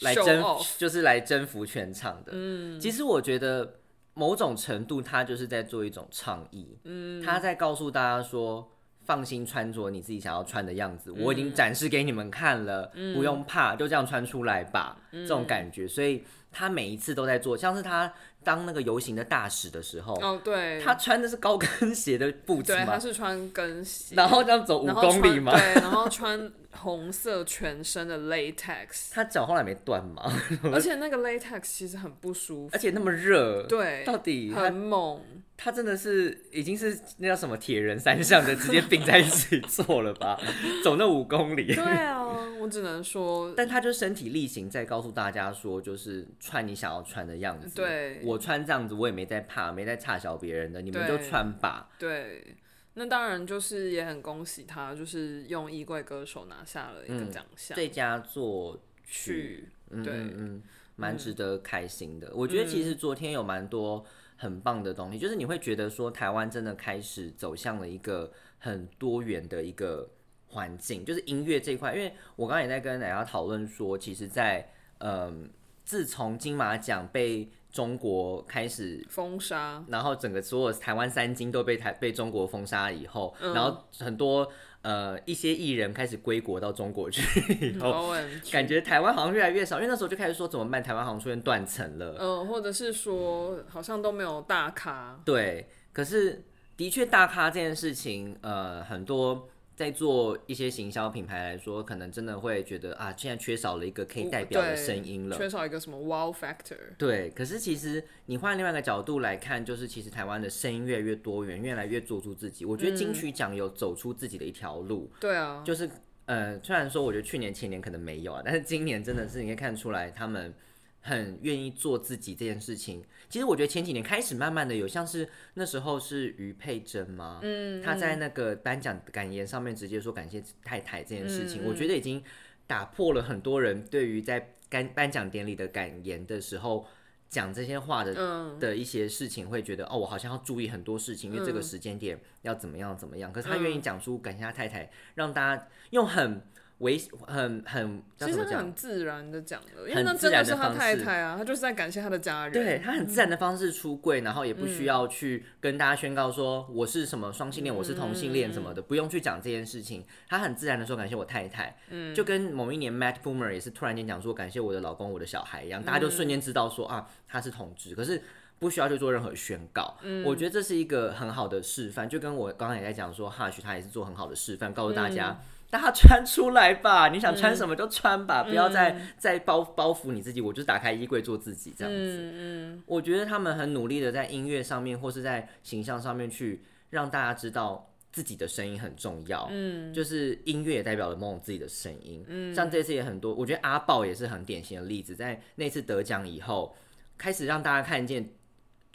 D: 来
B: show
D: 征
B: off
D: 就是来征服全场的。
B: 嗯
D: 其实我觉得某种程度，他就是在做一种倡议，
B: 嗯，
D: 他在告诉大家说。放心穿着你自己想要穿的样子，
B: 嗯
D: 我已经展示给你们看了，不用怕，就这样穿出来吧，
B: 嗯
D: 这种感觉。所以他每一次都在做，像是他当那个游行的大使的时候，
B: 哦对，
D: 他穿的是高跟鞋的步子
B: 对他
D: 嘛，
B: 是穿跟鞋，
D: 然后这样走五
B: 然后
D: 公里
B: 穿
D: 嘛，
B: 对，然后穿红色全身的 latex，
D: 他脚后来没断嘛，
B: 而且那个 latex 其实很不舒服
D: 而，且那么热，，
B: 对，
D: 到底他
B: 很猛，
D: 他真的是已经是那叫什么铁人三项的，直接并在一起做了吧？ 走那五公里
B: 对，啊，我只 能说，
D: 但他就身体力行在告诉大家说，就是穿你想要穿的样子。
B: 对
D: 我穿这样子，我也没在怕，没在差小别人的，你们就
B: 对
D: 穿吧。
B: 对，那当然就是也很恭喜他，就是用衣柜歌手拿下了一个
D: 嗯
B: 奖项，
D: 最佳作曲
B: 去，
D: 嗯
B: 对
D: 嗯嗯，蛮值得开心的。我觉得其实昨天有蛮多很棒的东西，就是你会觉得说台湾真的开始走向了一个很多元的一个环境，就是音乐这一块。因为我刚刚也在跟奶奶讨论说，其实在，嗯，自从金马奖被中国开始
B: 封杀，
D: 然后整个所有台湾三金都被台被中国封杀以后，然后很多呃一些艺人开始归国到中国去以后，
B: o m
D: 感觉台湾好像越来越少，因为那时候就开始说怎么办，台湾好像出现断层了。
B: 嗯，或者是说好像都没有大咖，
D: 对，可是的确大咖这件事情，呃，很多。在做一些行销品牌来说，可能真的会觉得啊，现在缺少了一个可以代表的
B: 对
D: 声音了，
B: 缺少一个什么 wow factor，
D: 对，可是其实你换另外一个角度来看，就是其实台湾的声音越来越多元，越来越做出自己。我觉得金曲奖有走出自己的一条路，
B: 对啊，
D: 就是呃，虽然说我觉得去年前年可能没有啊，但是今年真的是你可以看出来他们。很愿意做自己这件事情，其实我觉得前几年开始慢慢的有，像是那时候是于佩珍吗？嗯，她在那个颁奖感言上面直接说感谢太太这件事情，我觉得已经打破了很多人对于在颁颁奖典礼的感言的时候讲这些话的
B: 嗯，
D: 的一些事情，会觉得哦，我好像要注意很多事情，因为这个时间点要怎么样怎么样。可是他愿意讲出感谢他太太，让大家用很微很很叫什
B: 其实
D: 么
B: 他
D: 讲
B: 很？自然的讲的，因为
D: 很
B: 那
D: 自
B: 真
D: 然
B: 的
D: 的
B: 是他
D: 方
B: 太
D: 式
B: 太啊，他就是在感谢他的家人，嗯
D: 对他很自然的方式出柜，然后也不需要去跟大家宣告说我是什么双性恋，我是同性恋什么
B: 嗯
D: 的，不用去讲这件事情。他很自然的说感谢我太太，
B: 嗯
D: 就跟某一年 Matt Boomer 也是突然间讲说感谢我的老公、我的小孩一样，大
B: 嗯
D: 家就瞬间知道说啊他是同志，可是不需要去做任何宣告。
B: 嗯
D: 我觉得这是一个很好的示范，就跟我刚刚也在讲说 Hush 他也是做很好的示范，告诉大
B: 嗯
D: 家。大家穿出来吧，你想穿什么就穿吧，不要再
B: 嗯
D: 再包包袱你自己。我就是打开衣柜做自己这样子。
B: 嗯嗯，
D: 我觉得他们很努力的在音乐上面或是在形象上面去让大家知道自己的声音很重要。嗯，就是音乐也代表了某种自己的声音。嗯，像这次也很多，我觉得阿豹也是很典型的例子，在那次得奖以后，开始让大家看见。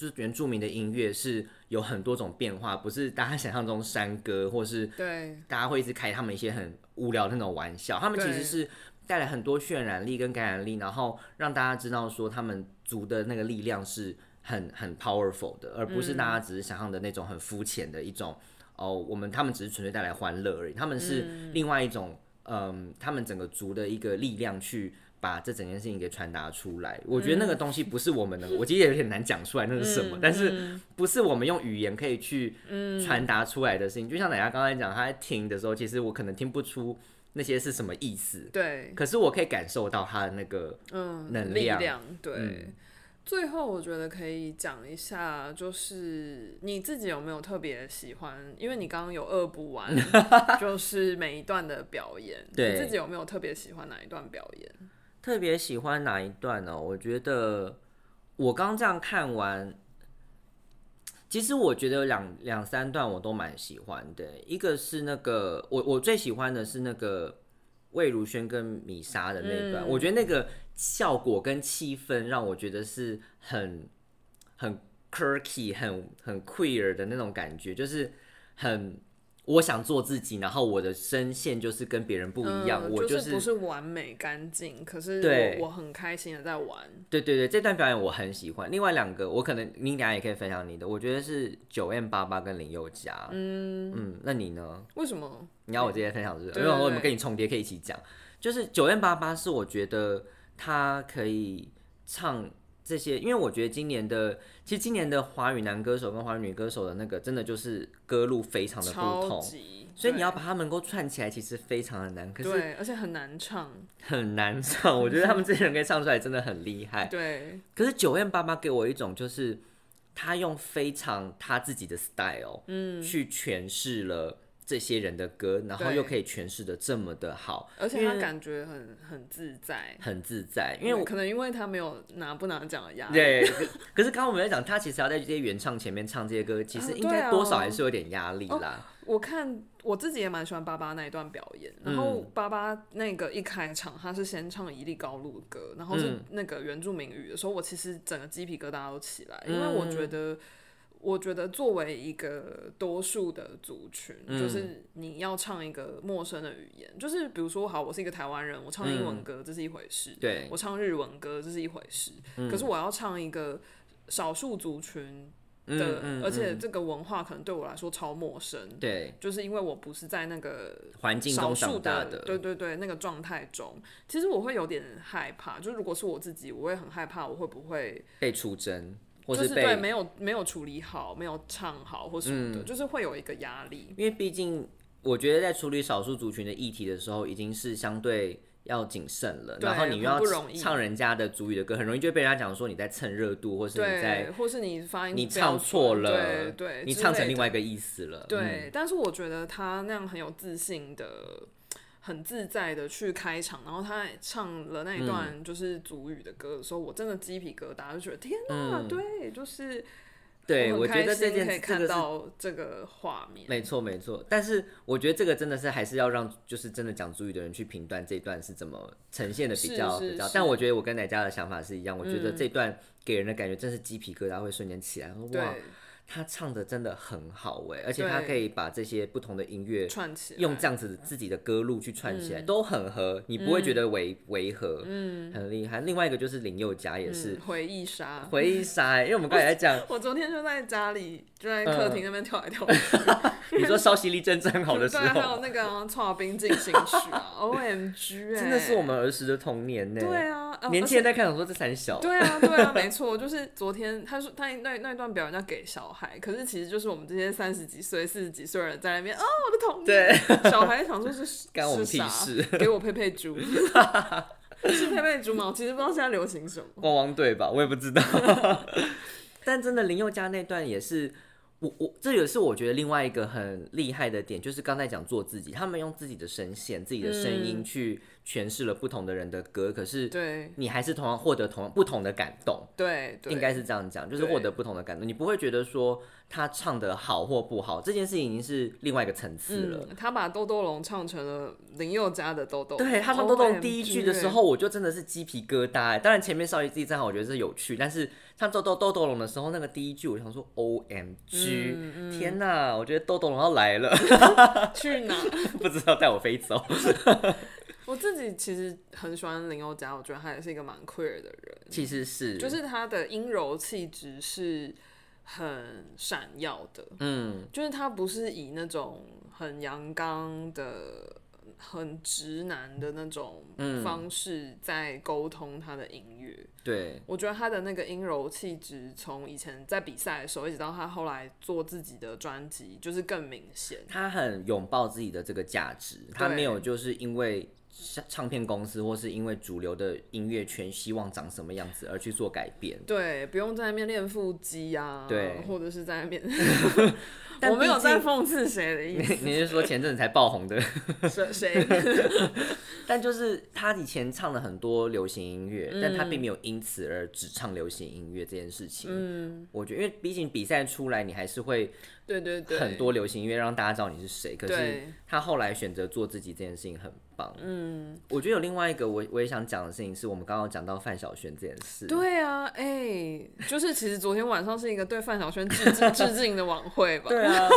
D: 就是原住民的音乐是有很多种变化，不是大家想象中山歌或是
B: 对，
D: 大家会一直开他们一些很无聊的那种玩笑，他们其实
B: 对
D: 是带来很多渲染力跟感染力，然后让大家知道说他们族的那个力量是很很 powerful 的，而不是大家只是想象的那种很肤浅的一种、哦，我们他们只是纯粹带来欢乐而已，他们是另外一种嗯，他们整个族的一个力量去。把这整件事情给传达出来，我觉得那个东西不是我们能，我其实也有点难讲出来那是什么，但是不是我们用语言可以去传达出来的事情。就像奶奶刚才讲，她在听的时候，其实我可能听不出那些是什么意思，
B: 对，
D: 可是我可以感受到她的那个
B: 嗯，
D: 能
B: 力
D: 量
B: 对。
D: 嗯
B: 最后，我觉得可以讲一下，就是你自己有没有特别喜欢？因为你刚刚有恶补 完，就是每一段的表演，
D: 对
B: 你自己有没有特别喜欢哪一段表演？
D: 特别喜欢哪一段呢、我觉得我刚这样看完，其实我觉得两两欸三段我都蛮喜欢的。一个是那个我我最喜欢的是那个魏如萱跟米莎的那一
B: 嗯
D: 段，我觉得那个效果跟气氛让我觉得是很很 quirky、很很 queer 的那种感觉，就是很我想做自己，然后我的声线就是跟别人不一样，
B: 嗯
D: 我
B: 就是不是完美干净，可是
D: 对
B: 我我很开心的在玩。
D: 对对对，这段表演我很喜欢。另外两个，我可能你俩也可以分享你的，我觉得是九 M 八八跟林宥嘉。嗯那你呢？
B: 为什么？
D: 你要我直接分享是不是？
B: 对
D: 因为我
B: 对
D: 们
B: 对
D: 跟你重叠，可以一起讲。就是九 M 八八是我觉得他可以唱这些，因为我觉得今年的其实今年的华语男歌手跟华语女歌手的那个真的就是歌路非常的不
B: 超
D: 同，
B: 级，
D: 所以你要
B: 对
D: 把它们能够串起来，其实非常的难，可是
B: 对，而且很难唱，
D: 很难唱。我觉得他们这些人可以唱出来，真的很厉害。
B: 对，
D: 可是九 M 爸爸给我一种就是他用非常他自己的 style，嗯，去诠释了这些人的歌，然后
B: 对
D: 又可以诠释的这么的好，
B: 而且
D: 因
B: 他
D: 为
B: 感觉很很自在，
D: 很自在，因为我。
B: 可能因为他没有拿不拿奖的压力，
D: 对，可可是刚刚我们在讲，他其实要在这些原唱前面唱这些歌，其实
B: 啊哦
D: 应该
B: 对
D: 多少
B: 啊
D: 还是有点压力啦。
B: 我看我自己也蛮喜欢巴巴那一段表演，然后
D: 嗯
B: 巴巴那个一开场，他是先唱《一粒高露》的歌，然后是
D: 嗯
B: 那个原住民语的时候，我其实整个鸡皮疙瘩都起来，因为我觉
D: 嗯
B: 得。我觉得作为一个多数的族群，
D: 嗯
B: 就是你要唱一个陌生的语言，就是比如说，好，我是一个台湾人，我唱英文歌、这是一回事，
D: 嗯对嗯
B: 我唱日文歌这是一回事，可是我要唱一个少数族群的，
D: 嗯嗯
B: 而且
D: 嗯
B: 这个文化可能对我来说超陌生，
D: 对，
B: 就是因为我不是在那个
D: 环境
B: 少
D: 中
B: 数
D: 长大
B: 的，对对对，那个状态中，其实我会有点害怕。就如果是我自己，我会很害怕，我会不会
D: 被出征，或
B: 就是
D: 被嗯
B: 对没有没有处理好，没有唱好或什么的，就是会有一个压力。
D: 因为毕竟我觉得在处理少数族群的议题的时候，已经是相对要谨慎了。
B: 对
D: 然后你又要
B: 很不容易
D: 唱人家的族语的歌，很容易就被人家讲说你在蹭热度，或是你
B: 对
D: 在，
B: 或是你发音
D: 你
B: 不标
D: 唱错
B: 准
D: 了，
B: 对对，
D: 你
B: 之
D: 唱成
B: 类
D: 另
B: 的
D: 外一个意思了。嗯
B: 对，但是我觉得他那样很有自信的、很自在的去开场，然后他唱了那一
D: 嗯
B: 段就是主语的歌的时候，我真的鸡皮疙瘩，就觉得天哪，对，就是
D: 嗯，对，
B: 我
D: 我
B: 很
D: 觉
B: 开
D: 得这
B: 心
D: 件
B: 可以
D: 这
B: 看
D: 个是
B: 到这个画面，
D: 没错没错，但是我觉得这个真的是还是要让就是真的讲主语的人去评断这一段是怎么呈现的比较
B: 是是
D: 比较。
B: 是嗯
D: 但我觉得我跟奶家的想法是一样，我觉得这段给人的感觉真是鸡皮疙瘩会瞬间起来，说哇，
B: 对，
D: 他唱的真的很好哎，而且他
B: 对
D: 可以把这些不同的音乐
B: 串起来
D: 用这样子自己的歌路去串
B: 嗯
D: 起来，都很合，你不会觉得违违和，嗯，很厉害。另外一个就是林宥嘉也是
B: 嗯回忆杀。，
D: 回忆杀欸，因为我们刚才在讲
B: 我昨天就在家里，就在客厅那边跳来跳去，
D: 你说稍息立正站好的时
B: 对，还有
D: 候，
B: 那个啊 《跨冰进行曲》 啊，OMG，哎
D: 真的是我们儿时的童年呢。
B: 对啊，呃
D: 年轻
B: 而且
D: 人在看，想说这三小，
B: 对啊，对啊，没错，就是昨天他说他那那段表演要给小孩，可是其实就是我们这些三十几岁、四十几岁的人在那边哦，我的童年。小孩 想说是
D: 干我们
B: 是
D: 屁
B: 啥
D: 事
B: 给我佩 佩猪，是佩佩猪吗？我其实不知道现在流行什么。
D: 汪汪队吧，我也不知道。 但真的林宥嘉那段也是，我我这也是我觉得另外一个很厉害的点，就是刚才讲做自己，他们用自己的声线、自己的声音去诠释了不同的人的歌，可是
B: 嗯对
D: 你还是同样获得同样不同的感动。
B: 对对，
D: 应该是这样讲，就是
B: 对
D: 获得不同的感动，你不会觉得说他唱的好或不好，这件事情已经是另外一个层次了。
B: 嗯，他把豆豆龙唱成了林宥嘉的豆豆龙。
D: 对他唱
B: OMG
D: 豆豆第一句的时候，，我就真的是鸡皮疙瘩欸。当然前面少爷自己站好，我觉得是有趣，但是唱豆豆豆豆龙的时候，那个第一句，我想说 O M G，、天
B: 嗯
D: 哪！我觉得豆豆龙要来了，
B: 去哪？
D: 不知道带我飞走。
B: 我自己其实很喜欢林宥嘉，我觉得他也是一个蛮 queer 的人。
D: 其实是，
B: 就是他的阴柔气质是很闪耀的，
D: 嗯，
B: 就是他不是以那种很阳刚的、很直男的那种
D: 嗯
B: 方式在沟通他的音乐。
D: 对，
B: 我觉得他的那个阴柔气质，从以前在比赛的时候，一直到他后来做自己的专辑，就是更明显。
D: 他很拥抱自己的这个价值，他
B: 对
D: 没有就是因为。唱片公司或是因为主流的音乐圈希望长什么样子而去做改变，
B: 对，不用在那边练腹肌啊，
D: 对
B: 或者是在那边，
D: 但
B: 我没有
D: 毕竟
B: 在讽刺谁的意
D: 你是说前阵子才爆红的
B: 思，谁谁
D: 但就是他以前唱了很多流行音乐，
B: 嗯
D: 但他并没有因此而只唱流行音乐这件事情。嗯，我觉得，因为毕竟比赛出来，你还是会
B: 对对对，
D: 很多流行音乐让大家知道你是谁。可是
B: 对
D: 他后来选择做自己这件事情很棒。嗯，我觉得有另外一个我我也想讲的事情，是我们刚刚讲到范晓萱这件事。
B: 对啊，哎、就是其实昨天晚上是一个对范晓萱 致敬致敬的晚会吧。
D: 对啊，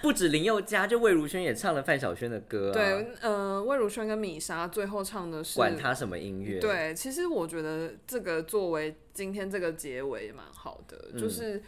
D: 不止林宥嘉，就魏如萱也唱了范晓萱的歌、啊。
B: 对，呃，魏如萱跟米莎最后唱的是
D: 管他什么音乐。，
B: 对，其实我觉得这个作为今天这个结尾也蛮好的，
D: 嗯
B: 就是、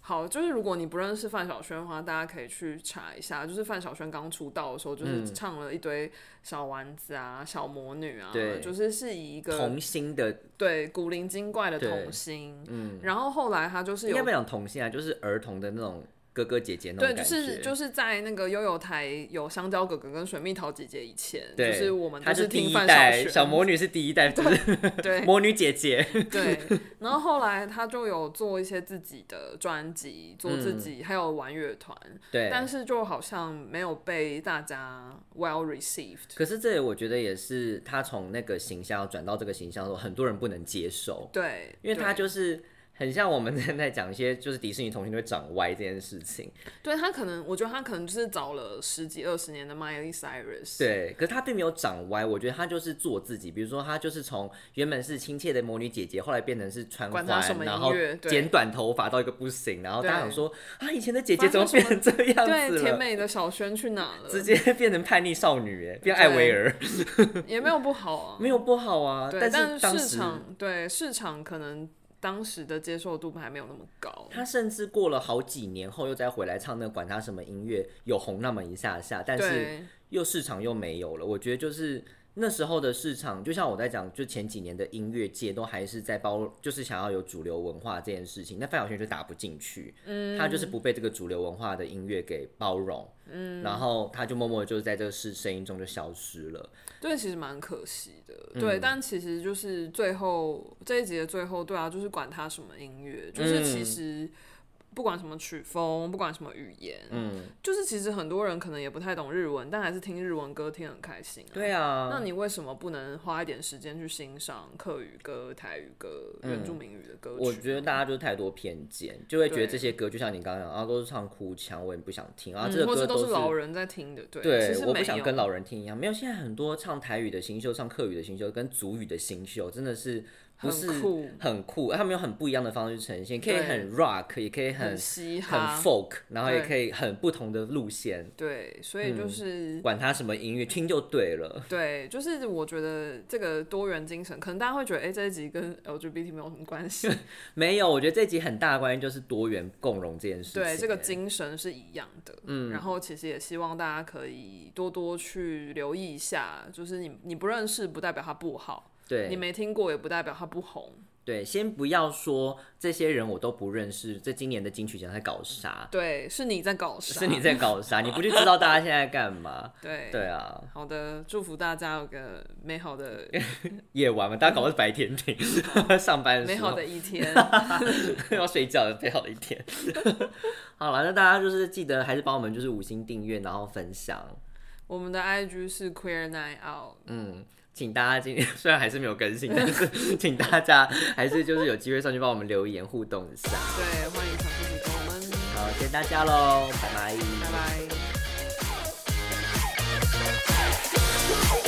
B: 好，就是如果你不认识范晓萱的话，大家可以去查一下，就是范晓萱刚出道的时候，就是
D: 嗯
B: 唱了一堆小丸子啊、小魔女啊，
D: 对
B: 就是是以一个
D: 童星的
B: 对古灵精怪的
D: 对
B: 童星，嗯，然后后来她就是
D: 应该
B: 有
D: 不讲童星啊，就是儿童的那种哥哥姐姐那种
B: 对，
D: 感
B: 就
D: 觉。
B: 是就是在那个悠悠台有香蕉哥哥跟水蜜桃姐姐以前，就
D: 对，
B: 是我们
D: 她
B: 都
D: 是第
B: 听
D: 一
B: 范
D: 代
B: 晓
D: 小
B: 萱，
D: 魔女是第一代，不是
B: 对，
D: 魔女姐姐。
B: 对，然后后来他就有做一些自己的专辑，做自己，还有玩乐团，
D: 嗯对，
B: 但是就好像没有被大家 well received。
D: 可是这我觉得也是她从那个形象转到这个形象的时候，很多人不能接受，
B: 对，
D: 因为她
B: 他
D: 就是。很像我们 正在讲一些就是迪士尼童星都会长歪这件事情，
B: 对他可能，我觉得他可能就是找了十几二十年的 Miley Cyrus。
D: 对，可是她并没有长歪，我觉得她就是做自己，比如说她就是从原本是亲切的魔女姐姐，后来变成是穿
B: 管
D: 环
B: 她什么，
D: 然
B: 音
D: 后
B: 乐对
D: 剪短头发到一个不行，然后大家想
B: 对
D: 说啊，以前的姐
B: 发
D: 姐怎么
B: 生
D: 变
B: 什
D: 成这样子
B: 对，甜
D: 了？
B: 美的小轩去哪了？
D: 直接变成叛逆少女，哎，变艾薇儿，
B: 也没有不 好啊。
D: 没有不好啊，
B: 对，
D: 是
B: 但
D: 当
B: 市
D: 时
B: 场对市场可能当时的接受度还没有那么高。
D: 她甚至过了好几年后又再回来唱那个管她什么音乐，有红那么一下下，但是
B: 对，
D: 又市场又没有了。我觉得就是那时候的市场，就像我在讲，就前几年的音乐界都还是在包，就是想要有主流文化这件事情。那范晓萱就打不进去，嗯，她就是不被这个主流文化的音乐给包容，嗯，然后她就默默地就是在这个世声音中就消失了。
B: 对，其实蛮可惜的。
D: 嗯
B: 对，但其实就是最后这一集的最后，对啊，就是管它什么音乐，就是其
D: 嗯
B: 实不管什么曲风，不管什么语言，
D: 嗯，
B: 就是其实很多人可能也不太懂日文，但还是听日文歌听得很开心、啊。
D: 对啊，
B: 那你为什么不能花一点时间去欣赏客语歌、台语歌、原住民语的歌曲？
D: 嗯我觉得大家就是太多偏见，就会觉得
B: 对
D: 这些歌就像你刚刚讲，啊，都是唱哭腔，我也不想听啊，
B: 嗯，
D: 这个
B: 或
D: 歌
B: 者都
D: 是
B: 老人在听的，对，
D: 对
B: 其，实
D: 我不
B: 没有。
D: 想跟老人听一样。没有，现在很多唱台语的新秀、唱客语的新秀、跟族语的新秀，真的是不
B: 很
D: 是
B: 酷
D: 很酷他们有很不一样的方式呈现，可以
B: 对
D: 很 rock，也可以很
B: 很嘻
D: 很
B: 哈，
D: folk，然后也
B: 对
D: 可以很不同的路线，
B: 对，所以
D: 嗯
B: 就是、
D: 管他什么音乐，听就对了。
B: 对，就是我觉得这个多元精神，可能大家会觉得，哎、这一集跟 LGBT 没有什么关系。
D: 没有，我觉得这集很大的关系就是多元共融这件事情。
B: 对，这个
D: 欸
B: 精神是一样的。嗯，然后其实也希望大家可以多多去留意一下，就是你你不认识，不代表它不好；
D: 对
B: 你没听过，也不代表它不红。
D: 对，先不要说这些人我都不认识，这今年的金曲奖在搞啥？
B: 对，是你在搞啥？
D: 是你在搞啥？你不去知道大家现在干嘛？
B: 对
D: 对啊，
B: 好的，祝福大家有个美 好的、
D: 夜晚嘛，大家搞的是白天听， 上班的
B: 美
D: 时
B: 好
D: 候
B: 的 一天。
D: 要睡觉的最好的一天。 好了，那大家就是记得还是帮我们就是五星订阅，然后分享。
B: 我们的 IG 是 Queer Night Out，
D: 嗯，请大家今 虽然还是没有更新，但 是请大家还是就是有机会上去帮我们留言互动一下。
B: 对，欢迎传讯息给我们，
D: 好，谢谢大家喽，拜拜
B: 拜拜。
C: Hey!